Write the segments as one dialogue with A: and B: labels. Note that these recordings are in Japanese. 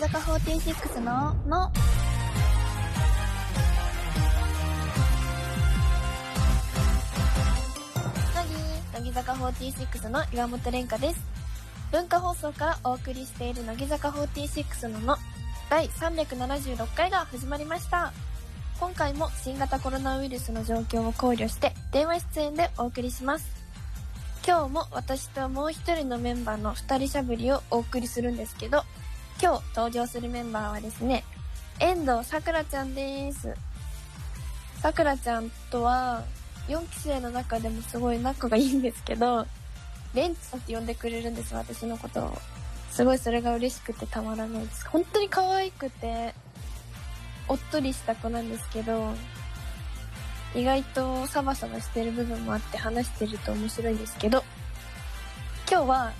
A: 46のの乃木乃木坂46の岩本蓮香です文化放送からお送りしている乃木坂46のの第376回が始まりました今回も新型コロナウイルスの状況を考慮して電話出演でお送りします今日も私ともう一人のメンバーの二人しゃぶりをお送りするんですけど今日登場するメンバーはですね遠藤さくらちゃんですさくらちゃんとは4期生の中でもすごい仲がいいんですけどレンちゃんって呼んでくれるんです私のことをすごいそれが嬉しくてたまらないです本当に可愛くておっとりした子なんですけど意外とサバサバしてる部分もあって話してると面白いんですけど今日は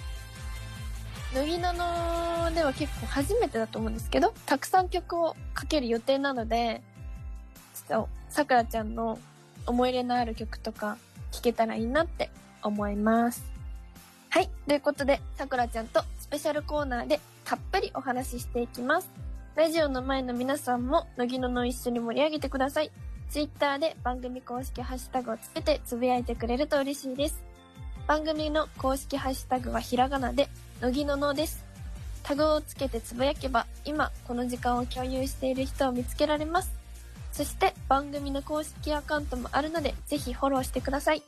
A: 乃木なのでは結構初めてだと思うんですけどたくさん曲をかける予定なのでちょっとさくらちゃんの思い入れのある曲とか聴けたらいいなって思いますはいということでさくらちゃんとスペシャルコーナーでたっぷりお話ししていきますラジオの前の皆さんも乃木のの一緒に盛り上げてくださいツイッターで番組公式ハッシュタグをつけてつぶやいてくれると嬉しいです。番組の公式ハッシュタグはひらがなで、のぎののです。タグをつけてつぶやけば、今この時間を共有している人を見つけられます。そして番組の公式アカウントもあるので、ぜひフォローしてください。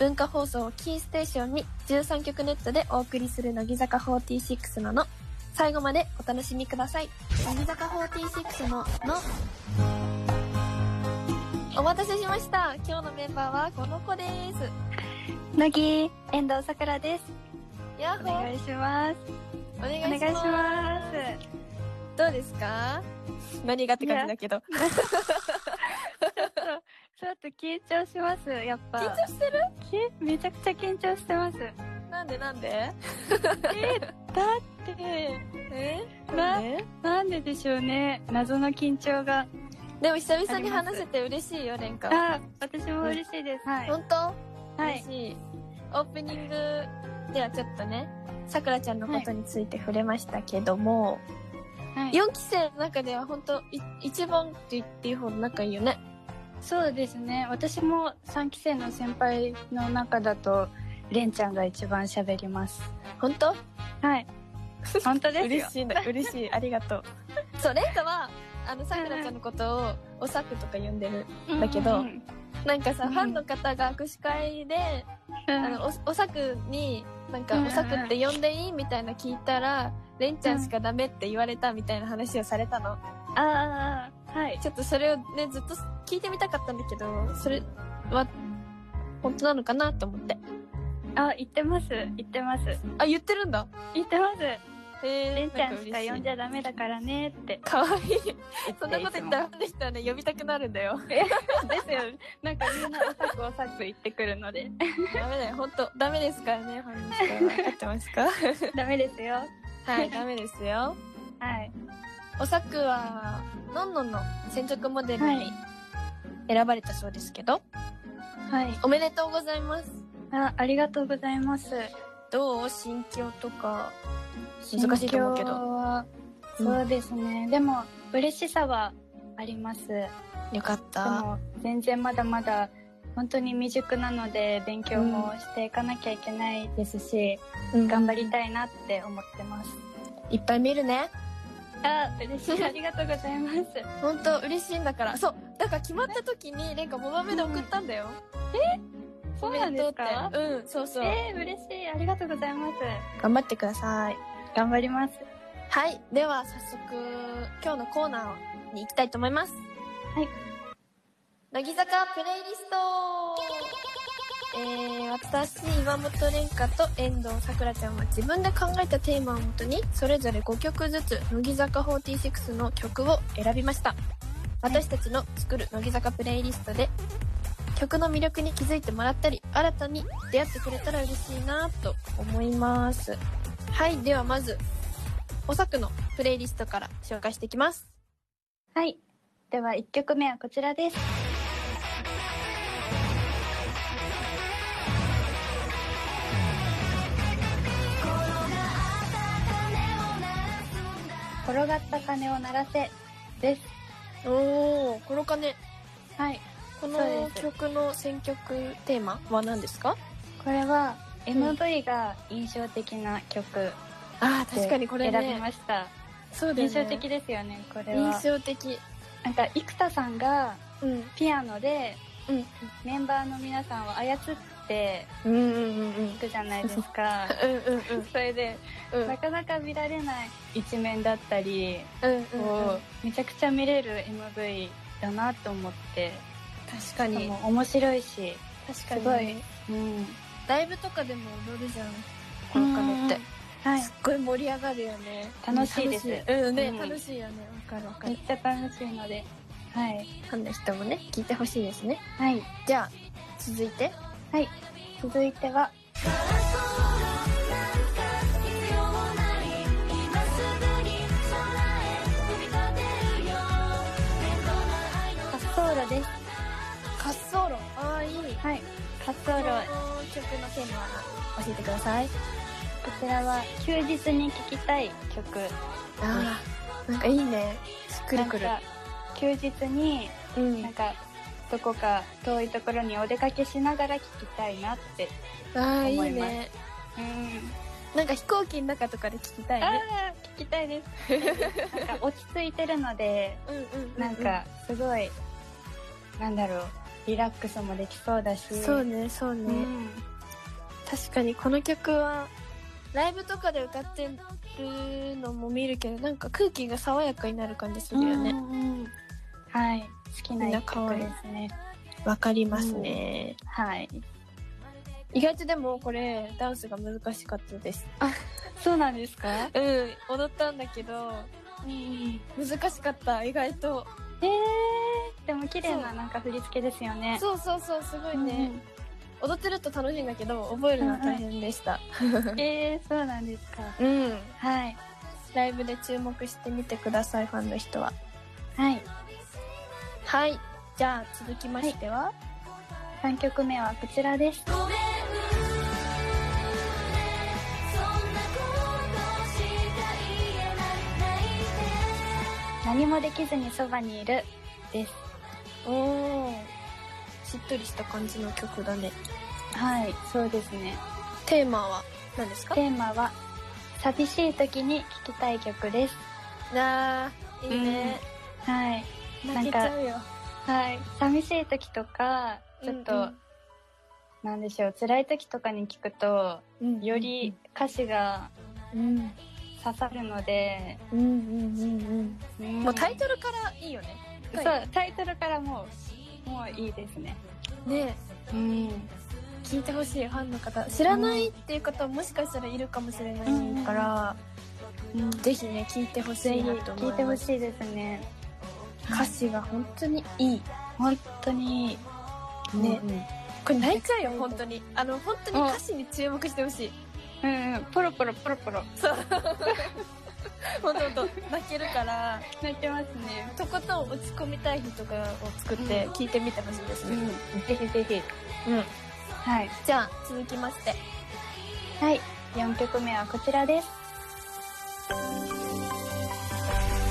A: 文化放送をキーステーションに13曲ネットでお送りする乃木坂46のの。最後までお楽しみください。乃木坂46のの。お待たせしました。今日のメンバーはこの子です。
B: 乃木遠藤さくらです。
A: やっ
B: お
A: ほー
B: 願いします。
A: お願い
B: お願いし
A: しま。
B: ます
A: どうですか何がって感じだけど。
B: す。ちょっと緊張します。やっぱ
A: 緊張してる
B: きめちゃくちゃ緊張してます。
A: なんでなんで
B: えだって
A: え
B: な
A: で
B: なんででしょうね。謎の緊張が。
A: でも久々に話せて嬉しいよ、レンカ。
B: あ、私も嬉しいです。はい。
A: 本当
B: は
A: 嬉
B: い。
A: しい。オープニングではちょっとね、さくらちゃんのことについて触れましたけども、
B: はい、
A: 4期生の中では本当い一番って言っていいほど仲いいよね。
B: そうですね。私も三期生の先輩の中だと、れんちゃんが一番喋ります。
A: 本当
B: はい。本当ですよ
A: 嬉。しいな、 嬉しい。ありがとう。そう、レンカは、あの、さくらちゃんのことを、おさくとか呼んでる。だけど
B: うんうん
A: なんかさ、
B: うん
A: ファンの方が握手会で、
B: うん
A: あのおおさくになんか、
B: うん
A: おさくって呼んでいいみたいな聞いたらレンちゃんしかダメって言われたみたいな話をされたの、
B: ああ、はい。
A: ちょっとそれをねずっと聞いてみたかったんだけどそれは本当なのかなと思って
B: あ、言ってます。言ってます。
A: あ言ってるんだ
B: 言ってます。
A: えー、
B: れんちゃんしか呼んじ
A: ゃ
B: ゃダメだからねって。
A: かわいいそんなこと言ったらファンの人はね呼びたくなるんだ よ
B: ですよ。なんかみんなおさくおさく言ってくるので。
A: ダメだよ本当ダメですからねファンの人は分かってますか
B: ダメですよ。
A: はいダメですよ
B: はい。
A: おさくはのんのんの専属モデル
B: は
A: に
B: い
A: 選ばれたそうですけど、
B: はい。
A: おめでとうございます
B: あ、ありがとうございます。
A: どう心境とか難しいと思うけど
B: 心境は
A: うん
B: そうですね。でも、嬉しさはあります。で
A: よかった
B: も、全然まだまだ、本当に未熟なので、勉強もしていかなきゃいけないですし、頑張りたいなって思ってます。
A: いっぱい見るね
B: あ、嬉しい。ありがとうございます。
A: 本当嬉しいんだからそうだから決まった時にレンカモバメで送ったんだよ、
B: そうなんです
A: おめ
B: か
A: でとうってうんそうそう、
B: えー、嬉しい。ありがとうございます。
A: 頑張ってください
B: 頑張ります。
A: はいでは早速今日のコーナーに行きたいと思います
B: はい
A: 乃木坂プレイリストえー、私岩本蓮香と遠藤さくらちゃんは自分で考えたテーマをもとにそれぞれ5曲ずつ乃木坂46の曲を選びました私たちの作る乃木坂プレイリストで曲の魅力に気づいてもらったり新たに出会ってくれたら嬉しいなと思いますはいではまずおさくのプレイリストから紹介していきます
B: はい。では、1曲目はこちらです。転がった鐘を鳴らせです。
A: おー、コロカネ。
B: はい。
A: こ
B: そう
A: の
B: です
A: 曲の選曲テーマは何ですか
B: これは
A: うん
B: MV が印象的な曲
A: ああ、確
B: で
A: か
B: 選
A: にこれ
B: び
A: ね。
B: ました。
A: そうだよ
B: 印
A: ね
B: 象的ですよね、これは
A: 印。象的。
B: なんか生田さんが
A: うん。
B: ピアノで
A: うん。
B: メンバーの皆さんを操って
A: うんうんうんうん。
B: い。くじゃないですか
A: うんうんうん。
B: それで
A: うん
B: なかなか見られない一面だったり
A: うんう
B: を、
A: んうん。
B: めちゃくちゃ見れる MV だなと思って、
A: 確か
B: し
A: に
B: か。も面白いし、
A: 確
B: すごい。うん、
A: ライブとかでも踊るじゃん。コロカネって。
B: はい
A: すっごい盛り上がるよね。
B: 楽しいです
A: 楽しうんね
B: う、ん
A: 楽しいよね。わかるわか
B: めっ
A: る。
B: ちゃ楽しいのではい
A: ファンの人もね、聞いてほしいですね。
B: はい
A: じゃあ、続いて。
B: はい続いては滑走路です
A: 滑走路。ああ、いい。
B: はい滑走
A: こ
B: 路
A: の曲のテーマ教えてください。
B: こちらは休日に聴きたい曲
A: ああ、なんかいいね。くるくる
B: なん。か休日に
A: うん
B: なん。かどこか遠いところにお出かけしながら聴きたいなって
A: ああ、いい
B: 思います
A: ね。
B: うん
A: なんか飛行機の中とかで聞きたい
B: あ
A: ね。
B: あ聴きたいですなんか落ち着いてるので
A: うんうんう
B: なんかすごい、なんだろうリラックスもできそうだし
A: そうね、そうね。
B: うん
A: 確かにこの曲はライブとかで歌ってるのも見るけどなんか空気が爽やかになる感じするよね
B: うんうんはい好きな一曲ですね
A: わかりますね、
B: はい
A: 意外とでもこれダンスが難しかったです
B: そうなんですか
A: うん踊ったんだけど
B: うんえ
A: 難しかった意外と
B: ー、でも綺麗
A: そ
B: な
A: う
B: なんか振り付けですよね
A: そうそうそうすごいね、踊ってると楽しいんだけど覚えるのは大変でした
B: うんえー、そうなんですか
A: うん
B: はい
A: ライブで注目してみてくださいファンの人は
B: はい
A: はいじゃあ続きましては、
B: 3曲目はこちらです
C: ごめんねそんなことしか言えない泣いて
B: 何もできずにそばにいるです
A: おーしっとりした感じの曲だね
B: はいそうですね
A: テーマは何ですか
B: テーマは寂しい時に聴きたい曲です
A: あーいいね、
B: はい
A: 泣けちゃうよ
B: はい寂しい時とかちょっと、
A: うんうん
B: なんでしょう辛い時とかに聞くとより歌詞が
A: うん
B: 刺さるので、
A: うんうんうんうんもうタイ
B: ト
A: トルからいいよね
B: ルそうタイトルからもうもういいですね
A: ね
B: うん
A: 聞いてほしいファンの方知らないっていう方ももしかしたらいるかもしれないから、ぜひね聞いてほし
B: ぜひ
A: いなと思
B: 聞いて
A: い
B: ほ
A: ます
B: しいですね
A: 歌詞が本当にいい
B: 本当にね
A: これ泣いちゃうよ本当にあの本当に歌詞に注目してほしい
B: うんうんポロポロポロポロ
A: そう本当 本当泣けるから
B: 泣けますね
A: とことん落ち込みたい日とかを作って聞いてみてほしいですね、
B: ぜひぜひ
A: うん
B: はい
A: じゃあ続きまして
B: はい4曲目はこちらです
C: 画面でスムージーイェイイェイ偶然誰と会っ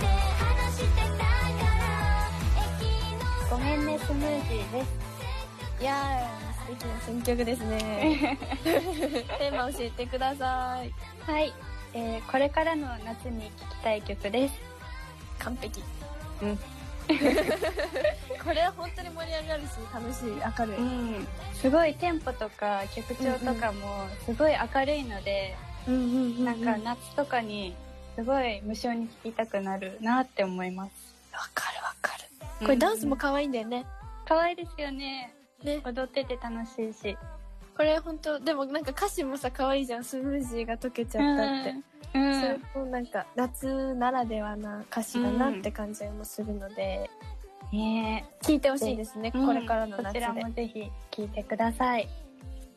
C: て話してたから駅の
B: ごめんねスムージーです
A: いやー素敵な選曲です ねテーマ教えてください
B: はい、えーこれからの夏に聴きたい曲です。
A: 完璧
B: うん
A: これは本当に盛り上がるし楽しい明るい、
B: ん、すごいテンポとか曲調とかもすごい明るいので、
A: うんうんうん
B: なんか夏とかにすごい無性に聴きたくなるなって思います。
A: かるわかるこれダンスも
B: うん
A: 可愛いんだよね、
B: 可愛いですよね。
A: ね
B: 踊ってて楽しいし。
A: これ本当でもなんか歌詞もさ可愛いじゃんスムージーが溶けちゃったって、
B: うん。う
A: それ
B: ん、
A: もなんか夏ならではな歌詞だなって感じもするので、
B: ね
A: 聞いてほしいですね、
B: え、うん
A: これからの夏で、
B: こちらもぜひ聴いてください。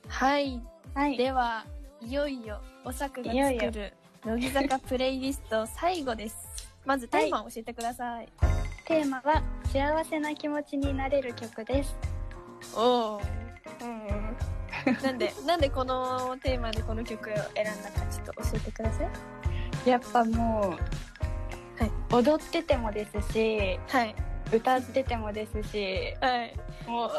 A: はい
B: はい。
A: ではいよいよお作が
B: い
A: 作
B: よ
A: る乃木坂プレイリスト最後 ですまずテーマを教えてください、
B: テーマは幸せな気持ちになれる曲です。
A: おお
B: うん。
A: なん で、なんでこのテーマでこの曲を選んだかちょっと教えてください。
B: やっぱもう、
A: はい
B: 踊っててもですし
A: はい。
B: 歌っててもですし
A: はい。
B: もう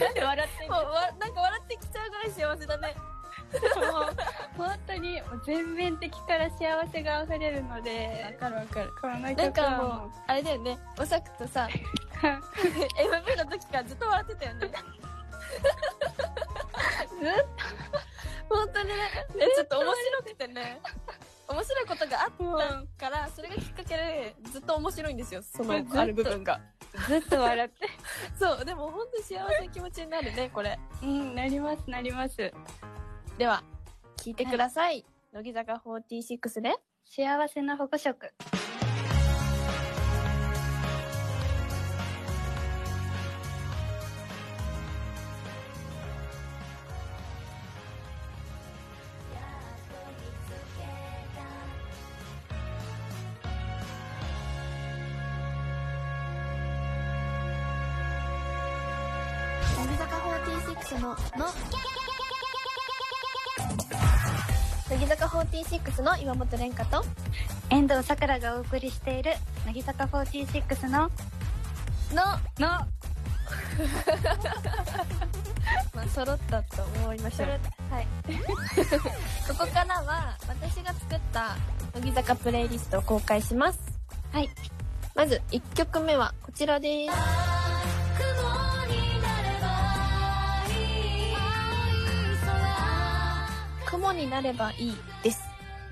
B: なんで 笑ってん
A: も
B: の
A: うわ、なんか笑ってきちゃうぐらい幸せだね。
B: もう本当にもう全面的から幸せが溢れるの
A: わ
B: で
A: かるわかる。
B: この
A: なん
B: 曲
A: かも
B: も
A: う、あれだよね、おさくと さ、MV の時からずっと笑ってたよね。本当にね、ちょっと面白くてね。面白いことがあったから、それがきっかけでずっと面白いんですよ、その
B: ずっと
A: ある部分が。
B: ずっと笑って
A: そう、でも本当に幸せな気持ちになるね、これ。
B: うんなりますなります
A: では、聞いてください。乃木坂46で。
B: 幸せの保護色
C: やっと見つけた
A: 乃木坂46の、の。乃木坂46の岩本蓮香と、
B: 遠藤さくらがお送りしている乃木坂46の
A: の、
B: 「の
A: まあ、揃ったと思いましょう。はい。ここからは、私が作った乃木坂プレイリストを公開します。」
B: はい
A: まず、1曲目はこちらです。
C: 「雲になればいい」「青い空」
A: 雲になればいいです。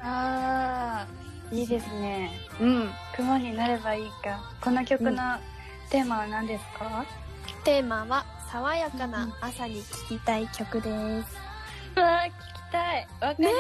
B: あーいいですね
A: うん。
B: 雲になればいいかこの曲のテーマは何ですか、
A: テーマは、爽やかな朝に聴きたい曲です。
B: うわー聞きたいわかります、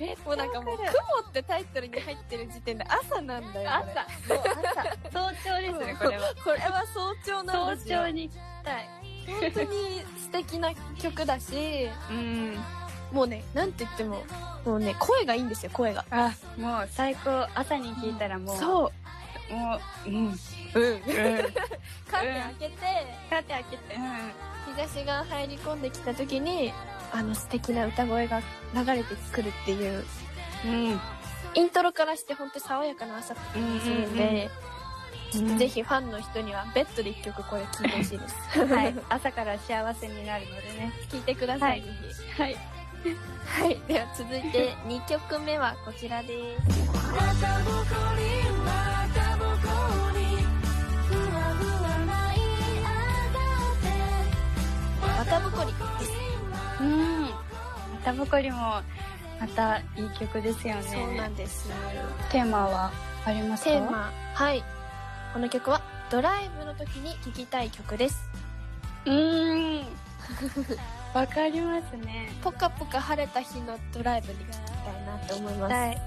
B: え
A: もうなんかもう、雲ってタイトルに入ってる時点で朝なんだよ。これ
B: 朝もう朝早朝ですねこれは
A: これは早朝なん
B: 早
A: ですよ。
B: 朝に聞きたい
A: 本当に素敵な曲だし、
B: うん
A: もうね、なんて言っても、もうね、声がいいんですよ、声が。
B: あもう最高朝に聞いたらもう
A: そう。
B: うもううんうん
A: カーテン開けて、
B: カーテン開けて
A: 日差しが入り込んできた時に、あの素敵な歌声が流れてくるっていう、
B: うんうん
A: イントロからして本当に爽やかな朝
B: うん
A: するんで、ちょっとぜひファンの人にはベッドで一曲これ聴いてほしいです。
B: はい、朝から幸せになるのでね。
A: 聴いてください、
B: はい
A: ぜひ。
B: はい。
A: はい、では続いて2曲目はこちらです。
C: また僕にまた僕にふわふわ舞い上が
A: ま
C: って
A: たぼこりです。
B: うん。またぼこりも、またいい曲ですよね。
A: そうなんです。
B: テーマはありますか
A: テー。マ、はい。この曲はドライブの時に聴きたい曲です。
B: うー ん。わかりますね。
A: ポカポカ晴れた日のドライブに聴きたいなと思います。
B: はい。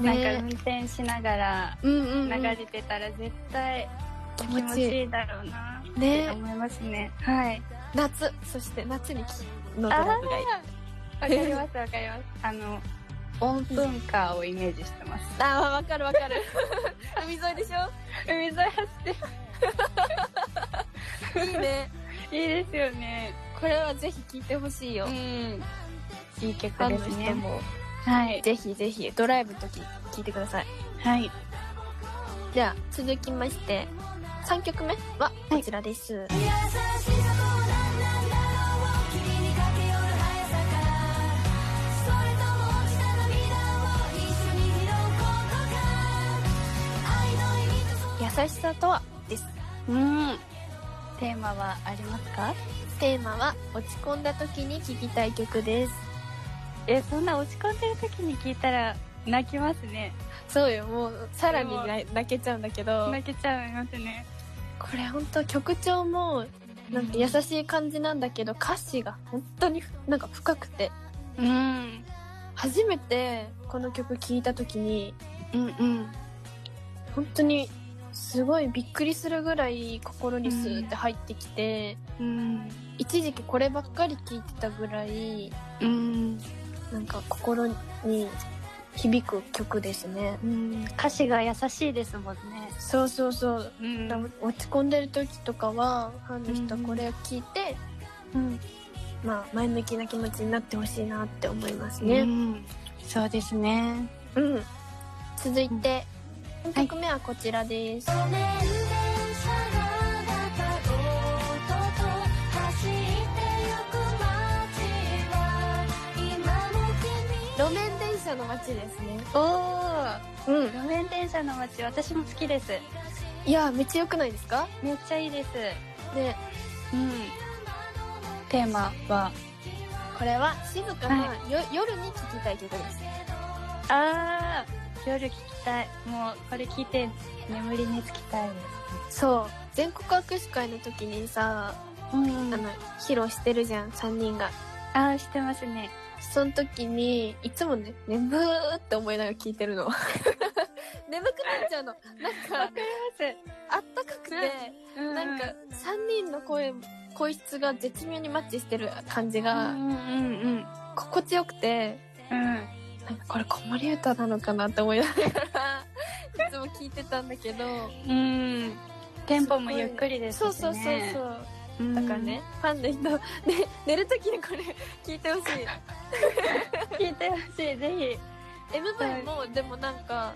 B: なん
A: ね
B: か運転しながら
A: うんうん、
B: 流れてたら絶対
A: 気
B: 気
A: 持
B: 持
A: ちいい。
B: ちいいだろうなって
A: ね
B: 思いますね。はい。
A: 夏、そして夏に聴くのドライブがいい。
B: あーわかりますわかり ます。あの、オープンカーをイメージしてます。
A: ああ、わかるわかる。 海沿いでしょ
B: 海沿い走って
A: いいね。
B: いいですよね。
A: これはぜひ聴いてほしいよ。
B: ん。いい
A: ファン
B: 曲で
A: の
B: す
A: 人
B: ね。
A: も、
B: はい。
A: ぜひぜひドライブの時聴いてください。
B: はい。
A: じゃあ続きまして3曲目はこちらです、
C: 優しさとは何なんだろう君に駆け寄る速さかそれとも落ちた涙を一緒に拾うことか愛の意味と
A: 優しさとはです
B: うん。テーマはありますか
A: テーマは落ち込んだ時に聴きたい曲です
B: え、そんな落ち込んでる時に聞いたら泣きますね。
A: そうよもうさらに
B: でも
A: 泣泣けちゃうんだけど
B: 泣けちゃいますね。
A: これ本当曲調もなんか優しい感じなんだけど歌詞が本当になんか深くて
B: うん。
A: 初めてこの曲聴いた時に
B: うんうん。
A: 本当にすごいびっくりするぐらい心にスーって入ってきて、
B: うん。
A: 一時期こればっかり聴いてたぐらい
B: うん。
A: なんか心に響く曲ですね。
B: うん。歌詞が優しいですもんね。
A: そうそうそう。
B: う
A: 落ち込んでる時とかは、ファンの人はこれを聞いて、
B: うん。
A: まあ、前向きな気持ちになってほしいなって思います
B: う
A: ね。
B: ん、そうですね。
A: うん。続いて、4曲目はこちらです。
C: 路面電車の中ごとと走っている街は今も君
A: 路面電車の街ですね。
B: おー、
A: うん。
B: 路面電車の街、私も好きです。
A: いや、めっちゃ良くないですか
B: めっちゃいいです。
A: で、
B: うん。テーマは、
A: これは静かな、よ夜に聴きたい曲です。
B: あー、夜聞きたい。もう、これ聞いて、眠りにつきたいです。
A: そう。全国握手会の時にさ、
B: うん
A: あの、披露してるじゃん、3人が。
B: あー、してますね。
A: その時に、いつもね、眠ーって思いながら聴いてるの。 眠くなっちゃうの。なんか、あったかくて、
B: うん
A: なんか、3人の声、声質が絶妙にマッチしてる感じ
B: うん
A: が、
B: うんうん
A: 心地よくて、
B: うん。
A: なんかこれ子守歌なのかなって思いながら、いつも聞いてたんだけど、
B: うん。テンポもゆっくりですし
A: そう
B: ね。
A: そうそうそう。
B: うん
A: だからね、。ファンの人、ね、寝るときにこれ聞いてほしい。
B: 聞いてほしい、ぜ
A: MV も、でもなんか、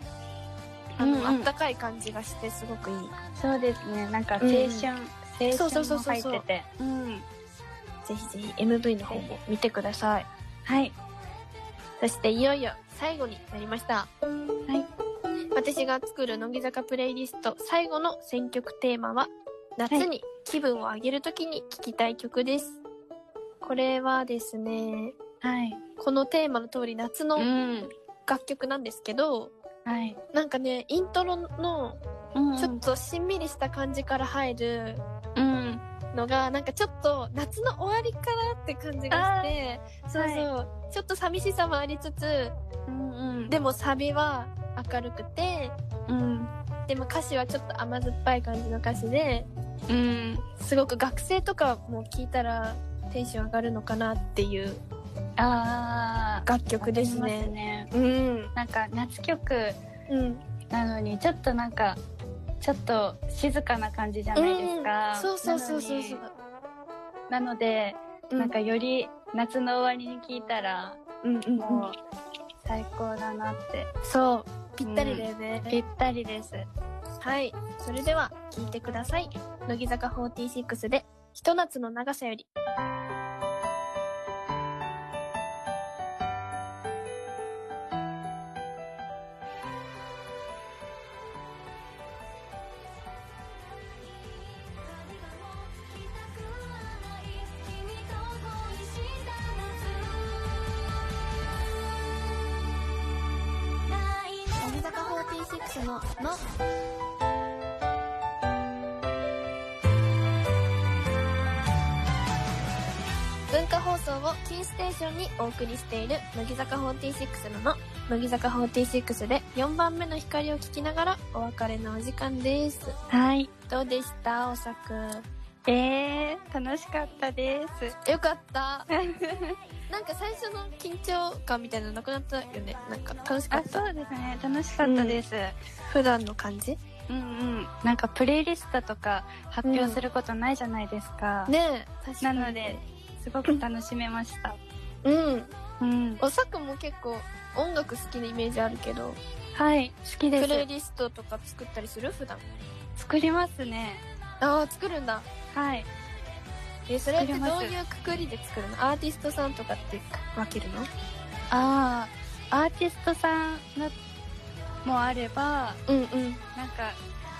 A: あの、
B: うんうん
A: あったかい感じがしてすごくいい。
B: ひ。そうですね、なんか青春、
A: うんそう
B: 青
A: そうそうそう
B: 春も入っ
A: そう
B: てて。うん。
A: ぜひぜひ MV の方も見てください。
B: はい。
A: そしていよいよ最後になりました。
B: はい。
A: 私が作る乃木坂プレイリスト最後の選曲テーマは夏に気分を上げるときに聴きたい曲です。これはですね、
B: はい。
A: このテーマの通り夏
B: う
A: の
B: ん。
A: 楽曲なんですけど、
B: はい。
A: なんかね、イントロの
B: うん
A: ちょっとしんみりした感じから入る
B: うん。
A: のが、なんかちょっと夏の終わりからって感じがして、そうそう、ちょっと寂しさもありつつ、
B: うんうん。
A: でもサビは明るくて、
B: うん。
A: でも歌詞はちょっと甘酸っぱい感じの歌詞で、
B: うん。
A: すごく学生とかも聞いたらテンション上がるのかなっていう
B: あ
A: 楽
B: ー。
A: 曲です
B: わかりま
A: ね。うん。
B: なんか夏曲
A: うん。
B: なのに、ちょっとなんか、ちょっと静かな感じじゃないですか。
A: そうそうそうそうそう。
B: なので、
A: う
B: なんか、より夏の終わりに聞いたら、
A: うんうんう
B: も
A: ん
B: う。最高だなって。
A: そう。ぴったりだよね。
B: ぴったりです。
A: はい。それでは、聞いてください。乃木坂46で、ひと夏の長さより。
C: 旅がもう来たくはない君と恋した夏ない
A: 乃木坂46の、の、文化放送をキーステーションにお送りしている、乃木坂46のの、乃木坂46で4番目の光を聞きながらお別れのお時間です。
B: はい。
A: どうでしたおさくん。
B: えー、楽しかったです。
A: よかった。なんか最初の緊張感みたいなのなくなったよね。なんか楽しか
B: あ
A: っ、た。
B: そうですね。楽しかったです。
A: 普段の感じ
B: うん、うん、なんかプレイリストとか発表することないじゃないですか。
A: ねえ、確か
B: な
A: に。
B: ので、すごく楽しめました。
A: うん。
B: うん。
A: おさくんも結構音楽好きなイメージあるけど、
B: はい、好きで
A: プレイ
B: す。
A: リストとか作ったりする普段。
B: 作りますね。
A: ああ、作るんだ。
B: はい。
A: え、それって
B: 作
A: ど
B: ります
A: ういうくくりで作るのアーティストさんとかって分けるの
B: ああ、アーティストさんのもあれば、
A: うんうん。
B: なんか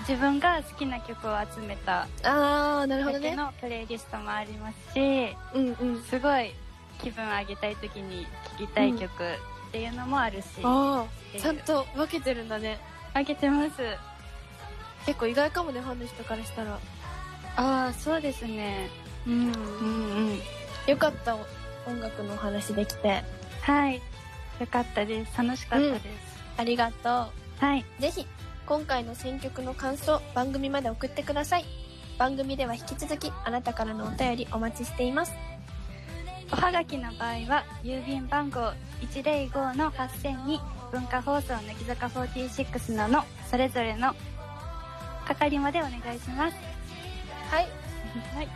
B: 自分が好きな曲を集めた
A: ああ、なるほど
B: だけ
A: ね。
B: のプレイリストもありますし、
A: うんうん。
B: すごい気分上げたい時に聴きたい曲っていうのもあるし、
A: あ
B: っ
A: あ、
B: ていう
A: ちゃんと分けてるんだね。
B: 上げてます。
A: 結構意外かもね、ファンの人からしたら。
B: ああ、そうですね。うん、うん、うん。
A: よかった、音楽のお話できて。
B: はい。よかったです。楽しかったです。
A: ありがと
B: はい。
A: う。ぜひ、今回の選曲の感想、番組まで送ってください。番組では引き続き、あなたからのお便りお待ちしています。
B: おはがきの場合は、郵便番号105の8000に、文化放送乃木坂46のの、それぞれの係までお願いします。
A: はい。
B: はい。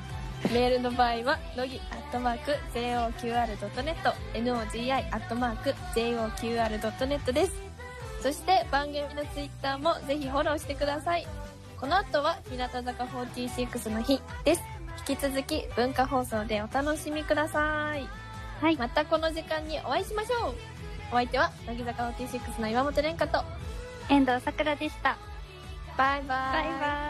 A: メールの場合は、のぎ、アットマーク、joqr.net、nogi、アットマーク、joqr.net です。そして、番組のツイッターもぜひフォローしてください。この後は、日向坂46の日です。引き続き、文化放送でお楽しみください。
B: はい
A: またこの時間にお会いしましょう。お相手は、乃木坂46の岩本蓮香と、
B: 遠藤さくらでした
A: バイバ
B: バイバイ